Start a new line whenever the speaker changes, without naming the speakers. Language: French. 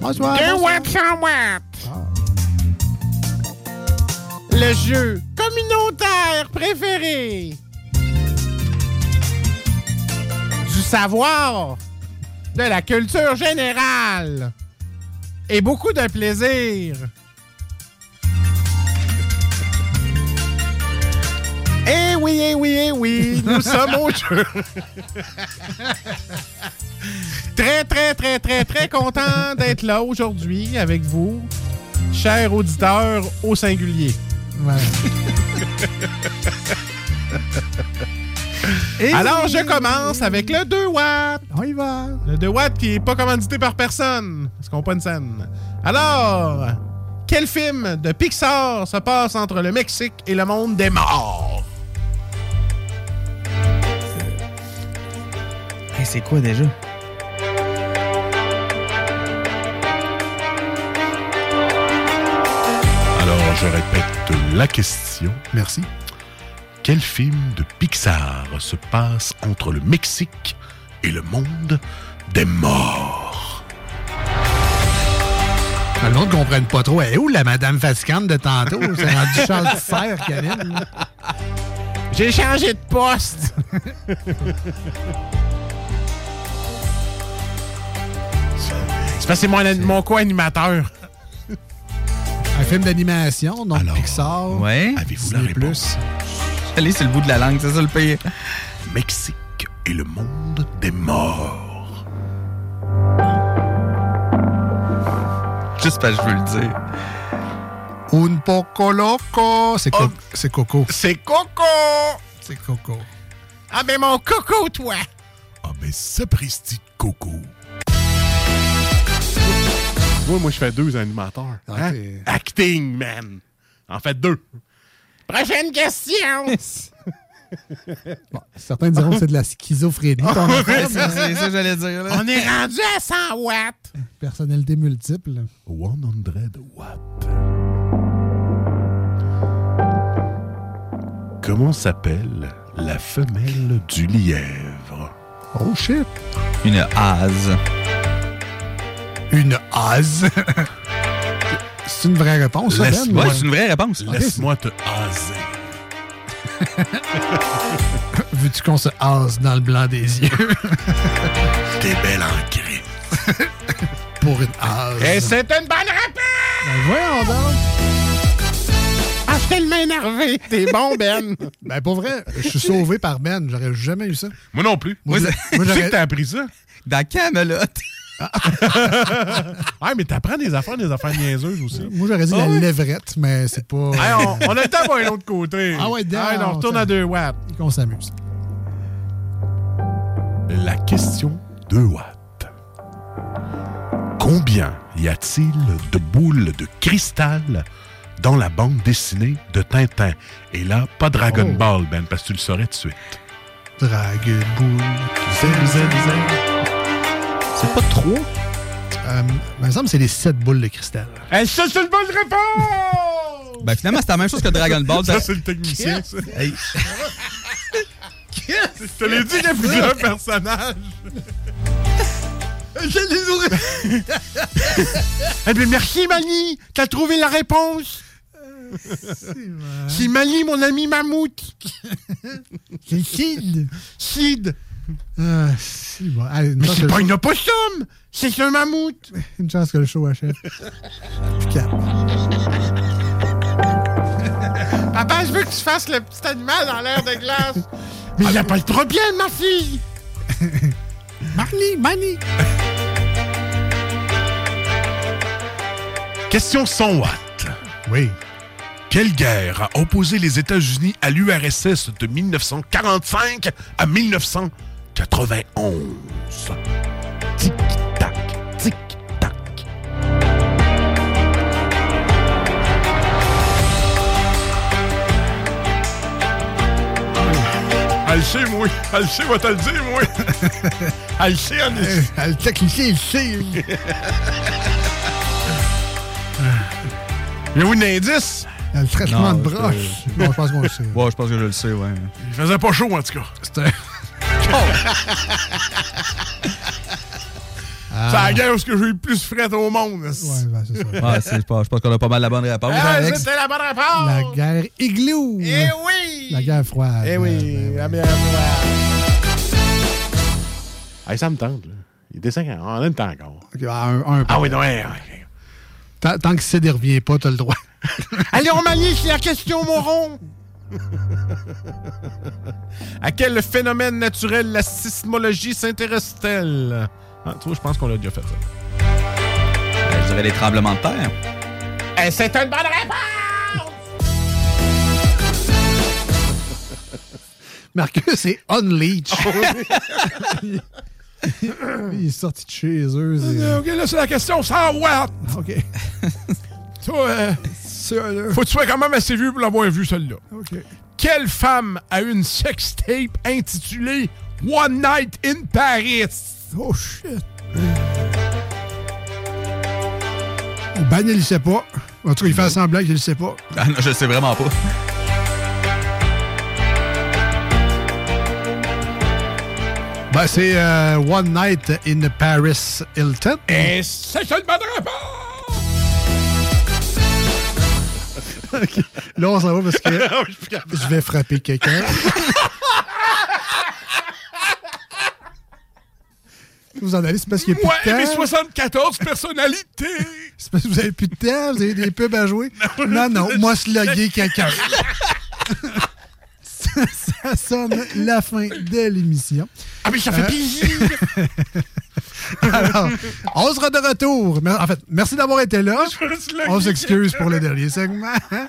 Bonsoir.
Deux
bonsoir.
watts en watts.
Le jeu communautaire préféré. Du savoir, de la culture générale et beaucoup de plaisir. Eh oui, eh oui, eh oui, nous sommes au jeu. très, très, très, très, très content d'être là aujourd'hui avec vous, chers auditeurs au singulier.
Et
Alors, je commence avec le 2 watts.
On y va.
Le 2 watts qui est pas commandité par personne. Parce qu'on n'a pas une scène. Alors, quel film de Pixar se passe entre le Mexique et le monde des morts?
Hey, c'est quoi déjà?
Alors, je répète la question. Merci. Quel film de Pixar se passe entre le Mexique et le monde des morts?
Le monde ne comprenne pas trop. Elle est où la madame fatigante de tantôt? C'est rendu Charles Serre qui amène, là.
J'ai changé de poste. C'est parce que c'est mon, an- mon co-animateur.
Un film d'animation, donc
Alors,
Pixar.
Ouais.
Avez-vous la
Disney+.
réponse?
Ah, Allez, c'est le bout de la langue, c'est ça le pire.
Mexique et le monde des morts.
Juste parce que je veux le dire.
Un poco loco. C'est co-
Oh.
c'est Coco.
C'est Coco!
C'est Coco.
Ah ben mon Coco, toi!
Ah ben, sapristi de coco.
Moi, moi, je fais deux animateurs.
Ah,
Hein?
t'es-
Acting, man. En fait, deux. Prochaine question.
Bon, certains diront que c'est de la schizophrénie. ton affaire, mais
C'est ça que j'allais dire, là.
On est rendu à 100 watts.
personnalité multiple.
100 watts. Comment s'appelle la femelle du lièvre?
Oh shit.
Une hase.
Une hase. c'est une vraie réponse, ça, Ben?
Ouais, c'est une vraie réponse.
Laisse-moi te haser.
Veux-tu qu'on se hase dans le blanc des yeux
T'es belle en crise.
pour une hase?
Et c'est une bonne réponse.
Ben voyons donc.
Ah, je suis tellement énervé. T'es bon, Ben.
Ben pour vrai, je suis sauvé par Ben. J'aurais jamais eu ça.
Moi non plus.
Moi,
Moi,
je- moi,
Tu sais
j'aurais-
que t'as appris ça?
Dans Camelot.
Ah, mais t'apprends des affaires, des affaires niaiseuses aussi.
moi, j'aurais dit la levrette, mais c'est pas...
Hey, on, on a le temps pour un autre côté.
Ah ouais, d'accord.
Hey, on retourne à 2 watts.
qu'on s'amuse.
La question de Watt. Combien y a-t-il de boules de cristal dans la bande dessinée de Tintin? Et là, pas Dragon
Oh.
Ball, Ben, parce que tu le saurais tout de suite.
Dragon Ball.
Zem, zem, zem.
C'est pas trop.
Euh, il me semble que c'est les sept boules de cristal.
Hey, Eh, ça, c'est une bonne réponse.
Ben finalement, c'est la même chose que Dragon Ball.
Ça, c'est le technicien, ça.
Hey,
Je te l'ai dit qu'il y a plusieurs personnages.
Eh bien, merci, Mani. T'as trouvé la réponse. C'est Mali, mon ami mammouth. C'est Sid. Sid.
Ah, si, bon. Allez, une
Mais
chance
c'est
que
pas
le-
une opossum. C'est un mammouth.
une chance que le show achève.
Papa, je veux que tu fasses le petit animal dans l'air de glace. Mais il n'y a pas de problème, ma fille.
Marnie, Marnie!
Question 100 watts. Oui. Quelle guerre a opposé les États-Unis à l'URSS de 1945 à 1991? Tic-tac, tic-tac. Elle sait, moi. Elle sait, va te le dire, moi. Elle sait, en est.
Elle t'a cliqué ici.
Il y a eu un indice.
Elle traitement
Non,
de broche. Bon, je pense qu'on le sait.
Ouais, je pense que je le sais, ouais.
Il faisait pas chaud, en tout cas. C'était... C'est la guerre où est-ce que j'ai eu le plus fret au monde.
Ouais, ben, c'est ça.
Ouais, c'est- je pense je pense qu'on a pas mal la bonne réponse, hein,
Ah,
Alex.
c'était la bonne réponse.
La guerre igloo.
Eh oui.
La guerre froide.
Eh oui,
Ben, ben,
la meilleure fois.
Hey, ça me tente. Là. Il était 5 ans. On a le temps encore.
ok, un, un
Ah
point.
oui, non, ouais, ouais.
Tant, tant que Sid ne revient pas, t'as le droit.
Allez, on manie, c'est la question, moron. à quel phénomène naturel la sismologie s'intéresse-t-elle? Ah, tu vois, je pense qu'on l'a déjà fait, ça.
Je dirais les tremblements de terre.
Eh, c'est une bonne réponse!
Marcus est on leech.
Oh,
il, il est sorti de chez eux.
Ah,
c'est- euh,
OK, là, c'est la question 100 watts.
OK.
Toi, euh, faut que tu sois quand même assez vieux pour l'avoir vu, celle-là.
OK.
Quelle femme a eu une sextape intitulée One Night in Paris?
Oh shit. Ben, il le sait pas. En tout cas, il
Mm-hmm.
fait semblant qu'il le sait pas.
Ah non, je le sais vraiment pas.
Ben, c'est euh, One Night in Paris Hilton.
Et c'est une bonne réponse!
Là, on s'en va parce que Eh. Ah je vais frapper quelqu'un. Vous en allez, c'est parce qu'il n'y a plus
Moi
de
et
temps.
mes 74 personnalités!
C'est parce que vous avez plus de temps, vous avez des pubs à jouer. Non, non, moi, se loguer quelqu'un. ça, ça sonne la fin de l'émission.
Ah, mais ça fait plaisir!
Alors, on sera de retour. Mais, En fait, merci d'avoir été là. On s'excuse pour le dernier segment. hein.